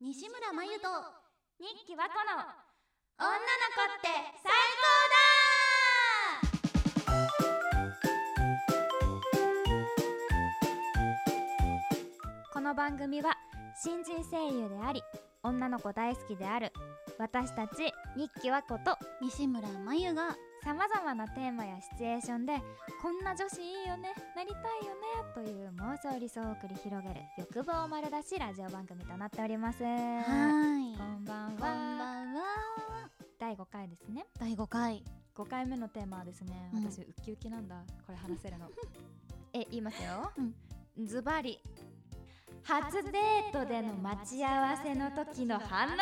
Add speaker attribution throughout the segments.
Speaker 1: 西村真由と
Speaker 2: 日記はこの
Speaker 1: 女の子って最高
Speaker 2: この番組は新人声優であり女の子大好きである私たち日記はこと
Speaker 1: だ西村真由が
Speaker 2: さまざまなテーマやシチュエーションでこんな女子いいよねなりたいよねという妄想理想を繰り広げる欲望丸出しラジオ番組となっておりますこ
Speaker 1: はい
Speaker 2: んばん
Speaker 1: こんばん
Speaker 2: は
Speaker 1: は
Speaker 2: 第5回ですね
Speaker 1: 第5回
Speaker 2: 5回目のテーマはですね
Speaker 1: うん
Speaker 2: 私ウッキウキなんだこれ話せるの え言いますよ
Speaker 1: う
Speaker 2: ズバリ初デートでの待ち合わせの時の反応う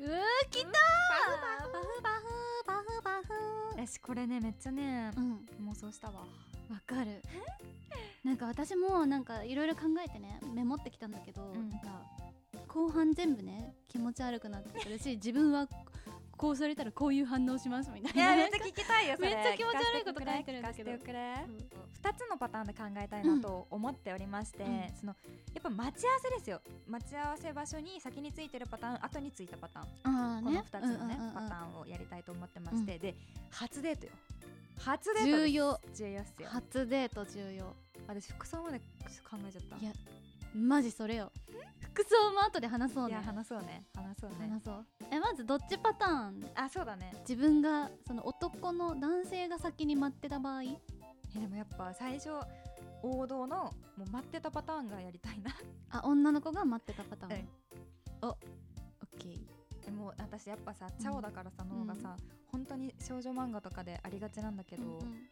Speaker 2: ーきた
Speaker 1: バフバフバフバフ
Speaker 2: 私これねめっちゃね
Speaker 1: うん
Speaker 2: 妄想したわ
Speaker 1: わかるなんか私もなんかいろいろ考えてねメモってきたんだけど、
Speaker 2: うん
Speaker 1: なんか後半全部ね気持ち悪くなってくる し自分はこうされたらこういう反応しますみたい
Speaker 2: い
Speaker 1: な
Speaker 2: や めっちゃ聞きたいよそれ
Speaker 1: めっちゃ気持ち悪いこと書いてるんだけど
Speaker 2: 聞かせてくれ
Speaker 1: うん
Speaker 2: 2つのパターンで考えたいなと思っておりまして、
Speaker 1: うん
Speaker 2: そのやっぱ待ち合わせですよ待ち合わせ場所に先についてるパターン後についたパターン、
Speaker 1: あ
Speaker 2: この2つのね、
Speaker 1: うんうんうんうん
Speaker 2: パターンをやりたいと思ってまして、で初デートよ初デートです
Speaker 1: 重要
Speaker 2: 重要っすよ
Speaker 1: 初デート重要
Speaker 2: 私服装まで考えちゃった
Speaker 1: いやマジそれよ服装も後で話そう
Speaker 2: いや
Speaker 1: ね
Speaker 2: 話そうね話そうね
Speaker 1: 話そうえまずどっちパターン
Speaker 2: あそうだね
Speaker 1: 自分がその男の男性が先に待ってた場合
Speaker 2: えでもやっぱ最初王道のもう待ってたパターンがやりたいな
Speaker 1: あ女の子が待ってたパターン、
Speaker 2: うん
Speaker 1: おオッケー
Speaker 2: でも私やっぱさチャオだからさ、脳がさ本当に少女漫画とかでありがちなんだけど、
Speaker 1: うんうん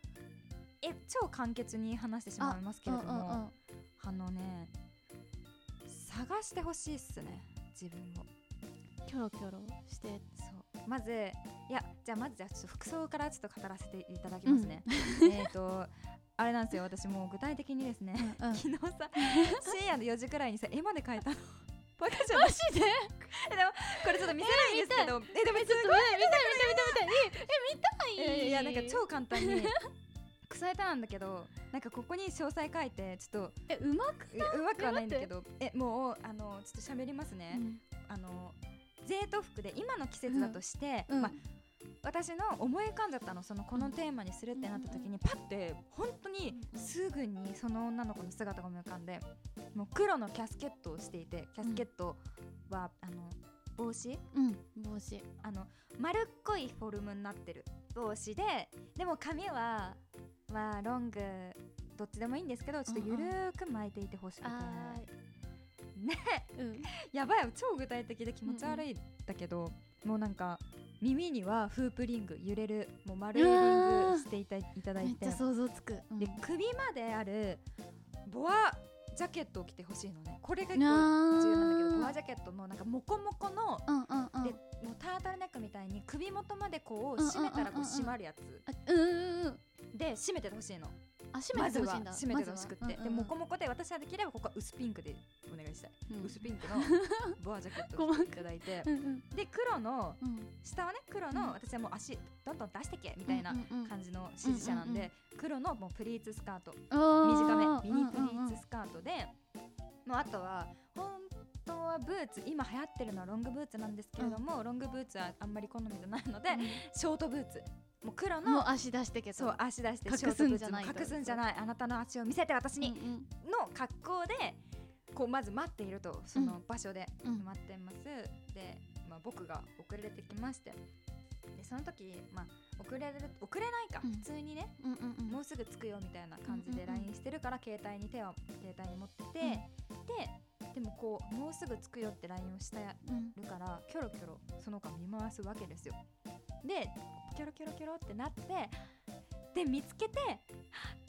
Speaker 2: え超簡潔に話してしまいますけれども、
Speaker 1: うんうんうん
Speaker 2: あのね探してほしいっすね自分を
Speaker 1: キョロキョロ して
Speaker 2: そうまずいやじゃあまずじゃあちょっと服装からちょっと語らせていただきますね、 えっとあれなんですよ私もう具体的にですね
Speaker 1: うん
Speaker 2: 昨日さ深夜の4時くらいにさ絵まで描いたの バカじゃないし
Speaker 1: で
Speaker 2: でもこれちょっと見せないんですけどえでもす
Speaker 1: え見たい見たい見たい見たいえ見たい
Speaker 2: えーいやなんか超簡単に草枝なんだけどなんかここに詳細書いてちょっ
Speaker 1: えうまく、
Speaker 2: とううまくはないんだけどえもうあのちょっと喋りますね、あのデート服で今の季節だとして、
Speaker 1: うん
Speaker 2: まあ、私の思い浮かんじゃったのそのこのテーマにするってなった時にパッて本当にすぐにその女の子の姿が思い浮かんでもう黒のキャスケットをしていてキャスケットは、あの帽子
Speaker 1: うん帽子
Speaker 2: あの丸っこいフォルムになってる帽子ででも髪は、まあ、ロングどっちでもいいんですけどちょっとゆるーく巻いていてほしくて、
Speaker 1: あ
Speaker 2: ね
Speaker 1: ーうん
Speaker 2: やばい超具体的で気持ち悪いんだけど、もうなんか耳にはフープリング揺れるもう丸いリングしていたいただ
Speaker 1: め
Speaker 2: い
Speaker 1: ってちゃ想像つく、うん
Speaker 2: で首まであるボアジャケットを着てほしいのねこれが結
Speaker 1: な
Speaker 2: 構
Speaker 1: ー
Speaker 2: 重要なんだけどボアジャケットもなんかモコモコの
Speaker 1: うんうんうん
Speaker 2: でもうタータルネックみたいに首元までこう締めたらこ
Speaker 1: うんうんうんうんう
Speaker 2: うん締まるやつ
Speaker 1: あうんうんうん
Speaker 2: で締めててほしいの
Speaker 1: あ締
Speaker 2: ま
Speaker 1: めて
Speaker 2: ず
Speaker 1: ほし
Speaker 2: はい
Speaker 1: んだ
Speaker 2: 締めててほしくって
Speaker 1: まずは
Speaker 2: でモコモコで私はできればここは薄ピンクでお願いしたい
Speaker 1: うんうん
Speaker 2: 薄ピン クのボアジャケットを着ていただいて
Speaker 1: うんうん
Speaker 2: で黒の
Speaker 1: うん
Speaker 2: 下はね黒
Speaker 1: うん
Speaker 2: の私はもう足どんどん出してけみたいな
Speaker 1: うんうん
Speaker 2: 感じの支持者なん
Speaker 1: うんうん
Speaker 2: で黒のもうプリーツスカート
Speaker 1: 短
Speaker 2: 短めミニプリーツスカートで、もうあとは本当はブーツ今流行ってるのはロングブーツなんですけれども、ロングブーツはあんまり好みじゃないので、ショートブーツもう黒
Speaker 1: もう
Speaker 2: の
Speaker 1: 足出してけど
Speaker 2: そう足出して
Speaker 1: 隠
Speaker 2: ショートブーツ
Speaker 1: すんじゃないと
Speaker 2: 隠すんじゃないあなたの足を見せて私
Speaker 1: うん
Speaker 2: に、の格好でこうまず待っているとその場所で
Speaker 1: うん
Speaker 2: 待ってます、で、まあ、僕が遅れてきましてでその時、まあ、遅れる遅れないか、
Speaker 1: うん
Speaker 2: 普通にね
Speaker 1: うんうんうん
Speaker 2: もうすぐ着くよみたいな感じ
Speaker 1: うん
Speaker 2: で
Speaker 1: うんうん
Speaker 2: LINE してるから携帯に手は携帯に持ってて、
Speaker 1: うん
Speaker 2: ででもこうもうすぐ着くよって LINE をして
Speaker 1: うん
Speaker 2: るからキョロキョロその子見回すわけですよでキョロキョロキョロってなってで見つけて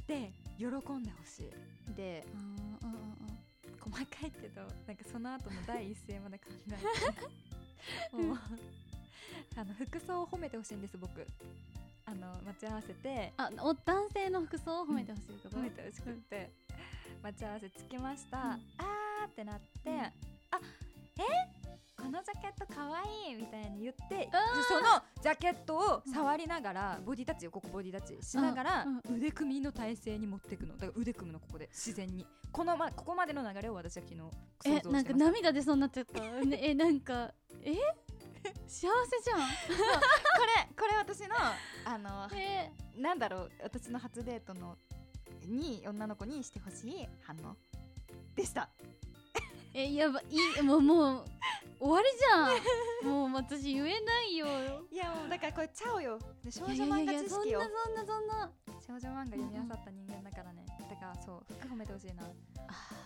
Speaker 2: で喜んでほしいで
Speaker 1: あーうんうんうん
Speaker 2: 細かいけどなんかその後の第一声まで考え て
Speaker 1: うん
Speaker 2: もうあの服装を褒めてほしいんです僕あの待ち合わせて
Speaker 1: あお男性の服装を褒めてほしいってこと
Speaker 2: 褒めてほしくって、待ち合わせつきました、
Speaker 1: うん
Speaker 2: あーってなって、
Speaker 1: うん
Speaker 2: あえこのジャケットかわいいみたいに言って
Speaker 1: あー
Speaker 2: そのジャケットを触りながらボディタッチよここボディタッチしながら
Speaker 1: うん
Speaker 2: 腕組みの体勢に持っていくのだから腕組むのここで自然にこの、ま、ここまでの流れを私は昨日想像
Speaker 1: え
Speaker 2: してま
Speaker 1: なん
Speaker 2: した
Speaker 1: か涙出そうになっちゃった、ね、えなんか え幸せじゃ
Speaker 2: これこれ私のあの
Speaker 1: んえ
Speaker 2: なんだろう私の初デートのに女の子にしてほしい反応でした
Speaker 1: えやばいいもうもう終わりじゃんもう私言えないよ
Speaker 2: いやもうだからこれちゃうよで少
Speaker 1: いや
Speaker 2: 女
Speaker 1: いや
Speaker 2: 漫
Speaker 1: い
Speaker 2: 画
Speaker 1: や
Speaker 2: 知
Speaker 1: そん
Speaker 2: 識
Speaker 1: な
Speaker 2: よ
Speaker 1: そんなそんな
Speaker 2: 少女漫画読み漁った人間だからねだからそう服褒めてほしいな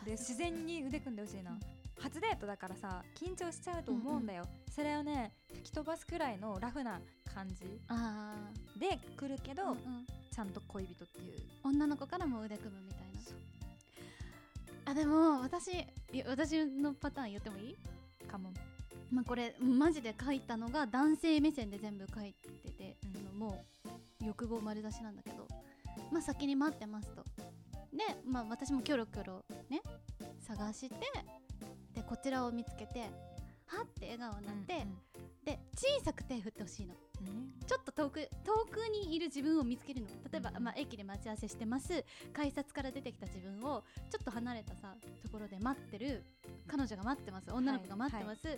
Speaker 2: で自然に腕組んでほしい
Speaker 1: う
Speaker 2: な
Speaker 1: ん
Speaker 2: 初デートだからさ緊張しちゃうと思うんだよ、それをね吹き飛ばすくらいのラフな感じ
Speaker 1: あ
Speaker 2: で来るけど、
Speaker 1: ー、うんうん
Speaker 2: ちゃんと恋人っていう
Speaker 1: 女の子からも腕組むみたいなあでも私いや私のパターン言ってもいい
Speaker 2: かも
Speaker 1: まあこれマジで書いたのが男性目線で全部書いてて、
Speaker 2: うん
Speaker 1: あのもう欲望丸出しなんだけどまあ先に待ってますとでまあ私もキョロキョロね探してでこちらを見つけてはって笑顔になって、で小さく手振ってほしいの
Speaker 2: うんうんね
Speaker 1: ちょっと遠く遠くにいる自分を見つけるの例えば、
Speaker 2: うんうん
Speaker 1: まあ、駅で待ち合わせしてます改札から出てきた自分をちょっと離れたさところで待ってる彼女が待ってます女の子が待ってます、で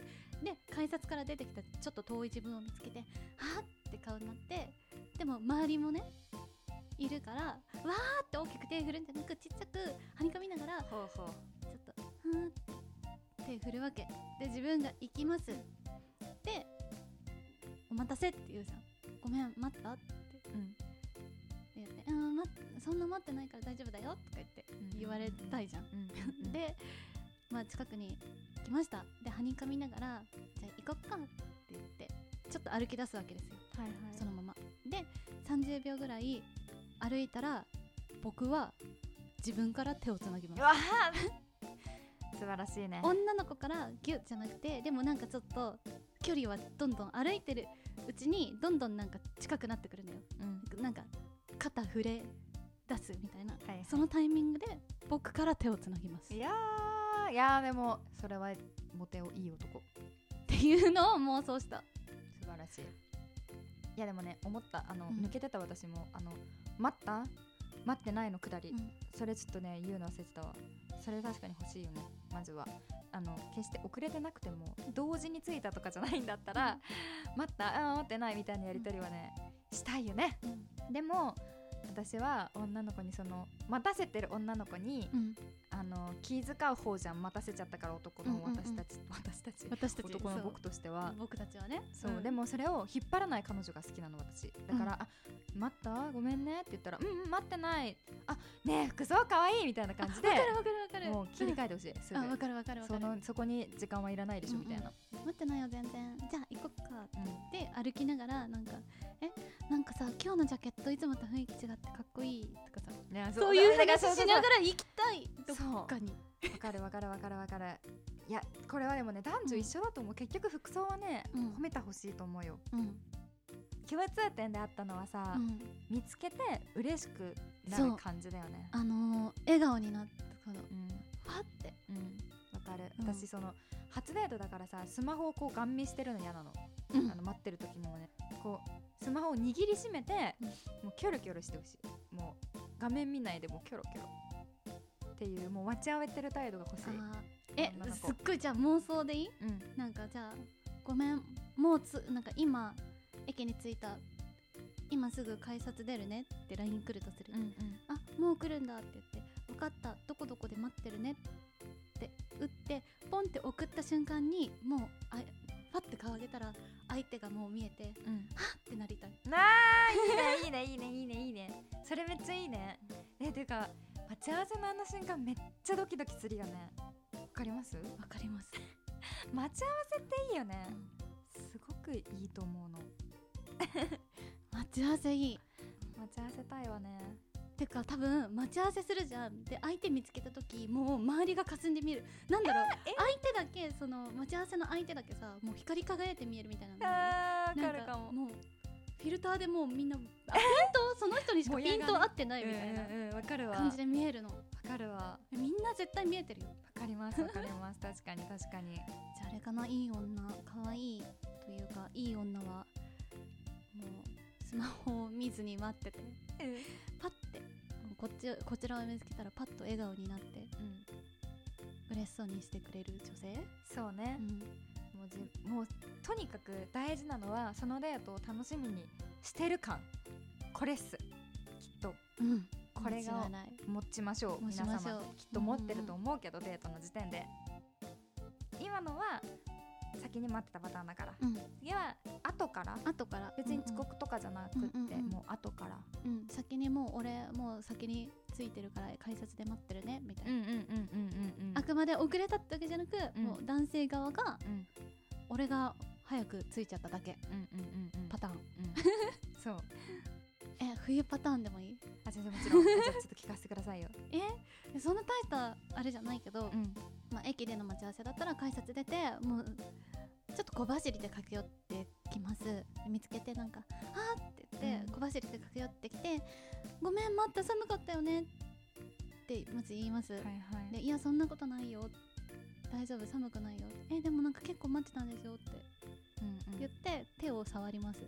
Speaker 1: 改札から出てきたちょっと遠い自分を見つけてはーって顔になってでも周りもねいるからわーって大きく手振るんじゃなくちっちゃくはにかみながら
Speaker 2: ほうほう
Speaker 1: ちょっとふーって手振るわけで自分が行きますでお待たせって言うじゃんごめん待ったって
Speaker 2: うん
Speaker 1: 言ってうん待っそんな待ってないから大丈夫だよとか言って言われたいじゃん、
Speaker 2: うんうんうん
Speaker 1: でまあ近くに来ましたではにかみながらじゃあ行こっかって言ってちょっと歩き出すわけですよ
Speaker 2: はいはい
Speaker 1: そのままで30秒ぐらい歩いたら僕は自分から手をつなぎます
Speaker 2: うわー素晴らしいね
Speaker 1: 女の子からギュッじゃなくてでもなんかちょっと距離はどんどん歩いてるうちにどんどんなんか近くなってくるのよ
Speaker 2: うん
Speaker 1: なんか肩触れ出すみたいな
Speaker 2: はいはい
Speaker 1: そのタイミングで僕から手をつなぎますっ
Speaker 2: いやーいやーでもそれはモテをいい男
Speaker 1: ていうのを妄想した
Speaker 2: 素晴らしいいやでもね思ったあの、
Speaker 1: うん
Speaker 2: 抜けてた私もあの待った待ってないのくだり、
Speaker 1: うん
Speaker 2: それちょっとね言うの忘れてたわそれ確かに欲しいよねまずはあの決して遅れてなくても同時に着いたとかじゃないんだったら、待ったあー待ってないみたいなやり取りはね、したいよね
Speaker 1: うん
Speaker 2: でも私は女の子にその待たせてる女の子に
Speaker 1: うん
Speaker 2: あの気遣う方じゃん待たせちゃったから男の私たち、私たち
Speaker 1: 私たち
Speaker 2: 男の
Speaker 1: そう
Speaker 2: 僕としては
Speaker 1: 僕たちはね
Speaker 2: そう、
Speaker 1: ん
Speaker 2: でもそれを引っ張らない彼女が好きなの私だから「あ待ったごめんね」って言ったら「うんうん待ってない」あ「ねえ服装かわいい」みたいな感じで
Speaker 1: わかるわかるわかる
Speaker 2: もう切り替えてほしいす
Speaker 1: うんあわ
Speaker 2: ぐ
Speaker 1: かるわかるわか
Speaker 2: そ
Speaker 1: る
Speaker 2: のそこに時間はいらないでし
Speaker 1: う
Speaker 2: ょ
Speaker 1: んう
Speaker 2: み
Speaker 1: ん
Speaker 2: たいな、
Speaker 1: 待ってないよ全然じゃあ行こっか
Speaker 2: うん
Speaker 1: で歩きながらなんか「えなんかさ今日のジャケットいつもと雰囲気違ってかっこいい」とかさ
Speaker 2: ね
Speaker 1: そういう
Speaker 2: だから
Speaker 1: 話しながら行きたいど
Speaker 2: そうそう
Speaker 1: っかに
Speaker 2: わかるわかるわかるわかるいやこれはでもね男女一緒だと思う、結局服装はね、
Speaker 1: うん
Speaker 2: 褒めてほしいと思うよ
Speaker 1: うん
Speaker 2: 共通点であったのはさ、
Speaker 1: うん
Speaker 2: 見つけて嬉しくな
Speaker 1: そ
Speaker 2: る
Speaker 1: う
Speaker 2: 感じだよね
Speaker 1: あのー笑顔になったこの
Speaker 2: うん
Speaker 1: ファって
Speaker 2: うんわかる
Speaker 1: うん
Speaker 2: 私その初デートだからさスマホをこうガン見してるの嫌なの,、
Speaker 1: うん
Speaker 2: あの待ってる時にもねこうスマホを握りしめて、
Speaker 1: うん
Speaker 2: もうキョロキョロしてほしいもう画面見ないでもうキョロキョロっていうもう待ち合わせてる態度が欲しい、う
Speaker 1: あーえ
Speaker 2: 女の子
Speaker 1: すっごいじゃあ妄想でいい
Speaker 2: ん、
Speaker 1: なんかじゃあごめんもうつなんか今駅に着いた今すぐ改札出るねって LINE 来るとする、
Speaker 2: うんうん
Speaker 1: あもう来るんだって言って分かったどこどこで待ってるねって打ってポンって送った瞬間にもうあパッて顔上げたら相手がもう見えて
Speaker 2: うん
Speaker 1: あってなりたい
Speaker 2: なあいいねいいねいいねいいねいいねそれめっちゃいいねえていうか待ち合わせのあの瞬間めっちゃドキドキするよねわかります
Speaker 1: わかります、
Speaker 2: 待ち合わせっていいよねすごくいいと思うの
Speaker 1: 待ち合わせいい
Speaker 2: 待ち合わせたいわね
Speaker 1: てか多分待ち合わせするじゃんで相手見つけた時もう周りが霞んで見えるなんだろう相手だけその待ち合わせの相手だけさもう光り輝いて見えるみたいなのない
Speaker 2: あーわ
Speaker 1: な
Speaker 2: か
Speaker 1: ん
Speaker 2: るかも
Speaker 1: もうフィルターでもうみんなあピントその人にしかピント合ってないみたいな
Speaker 2: うんうんうんわかるわ
Speaker 1: 感じで見えるの
Speaker 2: わかるわわ
Speaker 1: みんな絶対見えてるよ
Speaker 2: かりますわかります確かに確かに
Speaker 1: じゃああれかないい女可愛いというかいい女はもうスマホを見ずに待っててパッてこっちこちらを見つけたらパッと笑顔になって
Speaker 2: うん
Speaker 1: 嬉しそうにしてくれる女性、
Speaker 2: そうね
Speaker 1: う、ん
Speaker 2: もうじもうとにかく大事なのはそのデートを楽しみにしてる感これっすきっと
Speaker 1: うん、
Speaker 2: これが
Speaker 1: 間違いない
Speaker 2: 持ちましょう
Speaker 1: 持ち
Speaker 2: 皆
Speaker 1: ま
Speaker 2: 様
Speaker 1: しょう
Speaker 2: きっと持ってると思うけど、デートの時点で今のは先に待ってたパターンだから
Speaker 1: うん、
Speaker 2: 次は後から
Speaker 1: 後から
Speaker 2: 別に遅刻とかじゃなくって、
Speaker 1: うんうんうん
Speaker 2: もう後から
Speaker 1: うん、うん先にもう俺もう先についてるから改札で待ってるねみたいな、
Speaker 2: んうんうんうんうん
Speaker 1: あくまで遅れたってわけじゃなく、
Speaker 2: うん
Speaker 1: もう男性側が
Speaker 2: うん
Speaker 1: 俺が早くついちゃっただけ
Speaker 2: うんうんうん
Speaker 1: パターン
Speaker 2: うん そう
Speaker 1: え冬パターンでもいい
Speaker 2: あじゃあじゃあもちろんじゃあちょっと聞かせてくだ さいよ
Speaker 1: えそんな大したあれじゃないけど、
Speaker 2: ん
Speaker 1: まあ、駅での待ち合わせだったら改札出てもうちょっと小走りで駆け寄ってきます見つけてなんか「あーって言って
Speaker 2: うん
Speaker 1: 小走りで駆け寄ってきて「ごめん待った寒かったよね」ってまず言います、
Speaker 2: はいはい
Speaker 1: でいやそんなことないよ大丈夫寒くないよえでもなんか結構待ってたんですよって
Speaker 2: うんうん
Speaker 1: 言って手を触ります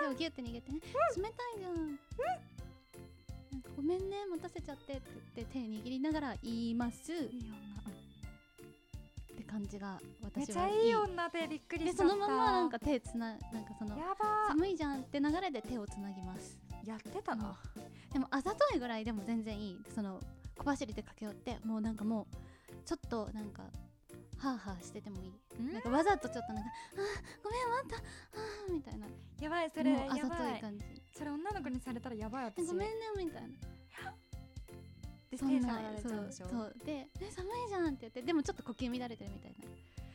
Speaker 1: 手をギュって握ってね冷たいじゃんなんかごめんね待たせちゃってって言って手握りながら言いますっ
Speaker 2: いい女
Speaker 1: て感じが
Speaker 2: め
Speaker 1: 私
Speaker 2: ちゃ
Speaker 1: はい
Speaker 2: い女でびっくり
Speaker 1: で
Speaker 2: しち
Speaker 1: そ
Speaker 2: ゃっ
Speaker 1: の
Speaker 2: た
Speaker 1: ままなんか手つななんかその
Speaker 2: やば
Speaker 1: 寒いじゃんって流れで手をつなぎます
Speaker 2: ーやってたな
Speaker 1: でもあざといぐらいでも全然いいその小走りで駆け寄ってもうなんかもうちょっとなんかハーハーしててもいい
Speaker 2: うん
Speaker 1: なんかわざとちょっとなんか「あーごめん待ったあー」みたいな
Speaker 2: やばいそれ
Speaker 1: もうあ
Speaker 2: や
Speaker 1: ざ
Speaker 2: ば
Speaker 1: とい
Speaker 2: い
Speaker 1: 感じ
Speaker 2: それ女の子にされたらやばい
Speaker 1: え
Speaker 2: 私
Speaker 1: ごめんねみたいな
Speaker 2: で
Speaker 1: そ
Speaker 2: 手
Speaker 1: ん
Speaker 2: 触
Speaker 1: な
Speaker 2: られ
Speaker 1: そ
Speaker 2: ちゃうん
Speaker 1: う
Speaker 2: でし
Speaker 1: そ
Speaker 2: ょ
Speaker 1: うで「え寒いじゃん」って言ってでもちょっと呼吸乱れてるみたい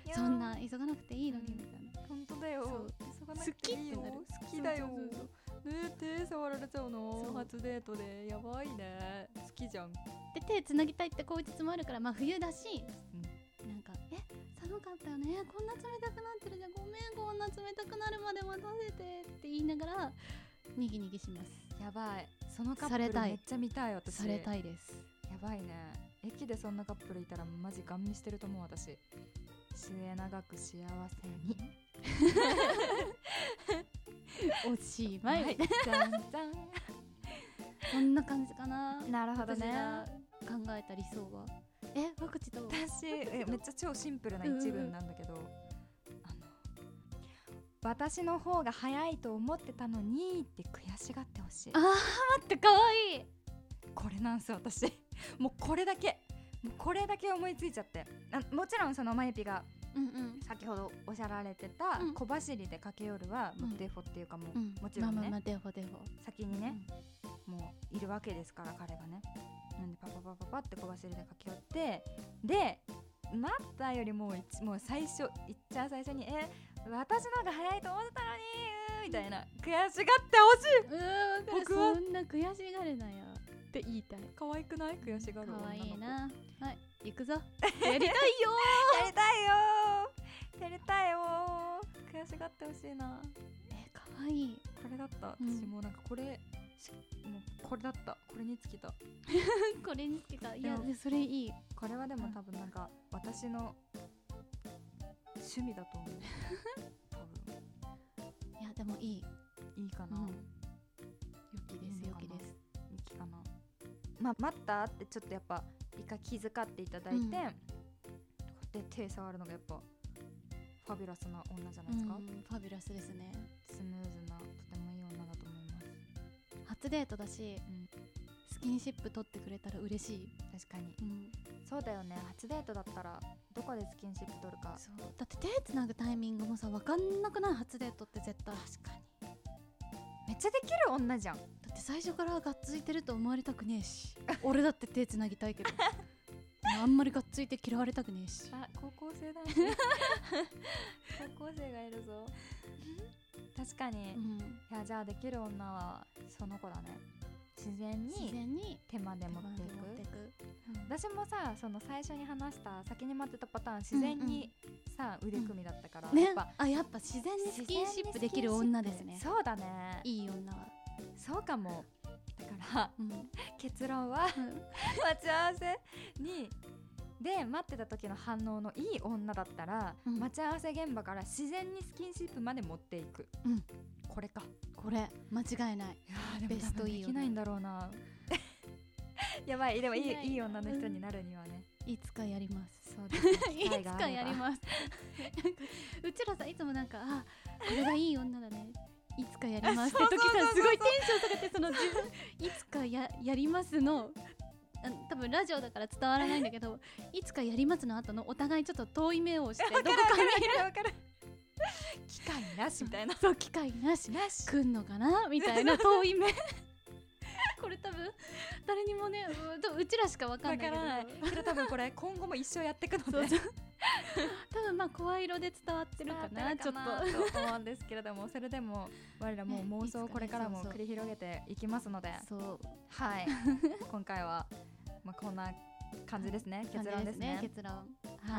Speaker 2: いや
Speaker 1: な
Speaker 2: ー
Speaker 1: そんな急がなくていいのに
Speaker 2: うん
Speaker 1: みたいな
Speaker 2: 本当だよ
Speaker 1: そう
Speaker 2: 急がなくていいよ
Speaker 1: 好きってなる
Speaker 2: 好きだよ
Speaker 1: そうそう
Speaker 2: ね手触られちゃうの
Speaker 1: そう
Speaker 2: 初デートでやばいね好きじゃん
Speaker 1: で手つなぎたいって口実もあるからまあ冬だし、なんか「え寒かったよねこんな冷たくなってるじゃんごめんこんな冷たくなるまで待たせて」って言いながらにぎにぎします
Speaker 2: やばいそのカ
Speaker 1: さ
Speaker 2: ッ
Speaker 1: れ
Speaker 2: プル
Speaker 1: たい
Speaker 2: めっちゃ見たい私
Speaker 1: された
Speaker 2: や
Speaker 1: いです
Speaker 2: ばいね駅でそんなカップルいたらマジガン見してると思う私末永く幸せに
Speaker 1: おしまい、
Speaker 2: じゃんじゃん
Speaker 1: こんな感じかな
Speaker 2: なるほど
Speaker 1: 私
Speaker 2: ね
Speaker 1: が考えた理想はえワクチと
Speaker 2: 私えめっちゃ超シンプルな一文なんだけど、あの私の方が早いと思ってたのにって悔しがってほしい
Speaker 1: あー待ってかわいい
Speaker 2: これなんす私 もうこれだけもうこれだけ思いついちゃってあもちろんそのまゆぴが
Speaker 1: うんうん
Speaker 2: 先ほどおっしゃられてた
Speaker 1: うん
Speaker 2: 小走りで駆け寄るは、もううんデフォっていうかもう、
Speaker 1: うん、
Speaker 2: もちろん
Speaker 1: ま
Speaker 2: ね、
Speaker 1: あまあまあデフォデフォ
Speaker 2: 先にね、もういるわけですから彼がねなんでパパパパパって小走りで駆け寄ってで待ったよりもういちもう最初いっちゃう最初に「え私の方が早いと思ってたのにうー」みたいな悔しがってほし
Speaker 1: うーん
Speaker 2: 僕は
Speaker 1: そんな悔しがるなよって言いたい
Speaker 2: い可愛くない悔しがる
Speaker 1: 可
Speaker 2: 女の
Speaker 1: 愛
Speaker 2: 子
Speaker 1: いなはい行くぞやりたいよ
Speaker 2: やりたいよーやりたいよー悔しがってほしいな
Speaker 1: え可愛い
Speaker 2: これだった
Speaker 1: うん
Speaker 2: 私もうなんかこれ、しもうこれだったこれに尽きた
Speaker 1: これにつけたいや
Speaker 2: で
Speaker 1: それいい
Speaker 2: これはでも多分なんか私の趣味だと 思う多
Speaker 1: いやでもいい、
Speaker 2: 分いいか
Speaker 1: う
Speaker 2: な、
Speaker 1: ん、良きで
Speaker 2: いい
Speaker 1: す良
Speaker 2: のかな
Speaker 1: きです
Speaker 2: いい気かなまあ待ったってちょっとやっぱ一回気遣っていただいて、
Speaker 1: うん
Speaker 2: で手触るのがやっぱファビュラスな女じゃないですか、
Speaker 1: うんファビュラスですね
Speaker 2: スムーズなとてもいい女だと思います
Speaker 1: 初デートだし、
Speaker 2: ん
Speaker 1: スキンシップ取ってくれたら嬉しい、
Speaker 2: 確かに
Speaker 1: うん、
Speaker 2: そうだよね初デートだったらどこでスキンシップ取るか
Speaker 1: そうだって手つなぐタイミングもさ分かんなくない初デートって絶対
Speaker 2: 確かにめっちゃできる女じゃん
Speaker 1: だって最初からがっついてると思われたくねえし 俺だって手つなぎたいけどあんまりがっついて嫌われたくねえし
Speaker 2: あ高校生だ ね高校生がいるぞ確かに、
Speaker 1: う
Speaker 2: い
Speaker 1: ん
Speaker 2: やじゃあできる女はその子だね自然
Speaker 1: 自
Speaker 2: に
Speaker 1: 然に
Speaker 2: 手まで持って
Speaker 1: 手
Speaker 2: い
Speaker 1: 放
Speaker 2: く
Speaker 1: で持っていく
Speaker 2: 私もさその最初に話した先に待ってたパターン自然にさ腕組みだったから、
Speaker 1: ね
Speaker 2: やっぱ
Speaker 1: あやっぱ自然にスキンシップできる女ですね
Speaker 2: そうだね
Speaker 1: いい女は、
Speaker 2: そうかもだから
Speaker 1: うん
Speaker 2: 結論は待ち合わせにで待ってた時の反応のいい女だったら、
Speaker 1: うん
Speaker 2: 待ち合わせ現場から自然にスキンシップまで持っていく、
Speaker 1: うん
Speaker 2: これか
Speaker 1: これ間違いない
Speaker 2: いやーで
Speaker 1: ベ
Speaker 2: も
Speaker 1: ス
Speaker 2: 多
Speaker 1: ト
Speaker 2: 分
Speaker 1: いい
Speaker 2: で
Speaker 1: よ
Speaker 2: きないんだろうな やばいでも
Speaker 1: で
Speaker 2: い
Speaker 1: き
Speaker 2: い
Speaker 1: ない
Speaker 2: いい女の人になるにはね、
Speaker 1: いつかやります
Speaker 2: そうですね
Speaker 1: い
Speaker 2: 機会
Speaker 1: つ
Speaker 2: があれば
Speaker 1: かやり ますなんかうちらさいつもなんかあこれがいい女だねいつかやりますって時さすごいテンション下がってその自分いつかややりますのあ多分ラジオだから伝わらないんだけどいつかやりますの後のお互いちょっと遠い目をしてどこか
Speaker 2: わかる
Speaker 1: に
Speaker 2: わかるわかる機会なしみたいな
Speaker 1: そう機会なし
Speaker 2: なし
Speaker 1: 来んのかなみたいな遠い目 これ多分誰にもねうんとうちらしかわかんな
Speaker 2: わ
Speaker 1: いけ
Speaker 2: か
Speaker 1: ど
Speaker 2: らないけど多分これ今後も一生やっていくので
Speaker 1: そうそう多分まあ声色で伝わってるかなちょっと
Speaker 2: と思うんですけれど もそれでも我らもう妄想をこれからも繰り広げていきますので
Speaker 1: そう
Speaker 2: はい 今回は、まあ、こんな感じですね結論ですね
Speaker 1: 結論
Speaker 2: は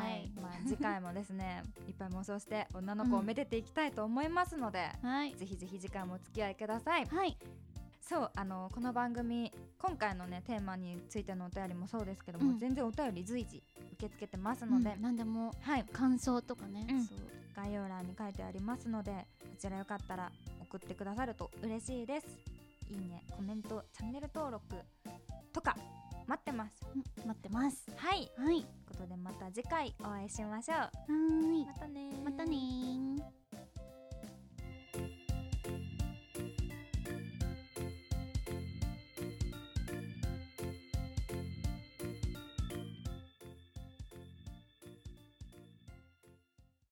Speaker 1: はいい、
Speaker 2: まあ、次回もです ねいっぱい妄想して女の子をめでていきたいと思いますので、
Speaker 1: はい
Speaker 2: ぜひぜひ次回もお付き合いください
Speaker 1: はい
Speaker 2: そうあのこの番組今回のねテーマについてのお便りもそうですけども、
Speaker 1: うん
Speaker 2: 全然お便り随時受け付けてますので、
Speaker 1: うん何でも
Speaker 2: はい
Speaker 1: 感想とかね、
Speaker 2: うん
Speaker 1: そう
Speaker 2: 概要欄に書いてありますのでこちらよかったら送ってくださると嬉しいですいいねコメントチャンネル登録とか待ってます
Speaker 1: うん待ってます
Speaker 2: はい
Speaker 1: はい
Speaker 2: ということでまた次回お会いしましょう
Speaker 1: はーい
Speaker 2: またねー
Speaker 1: またねー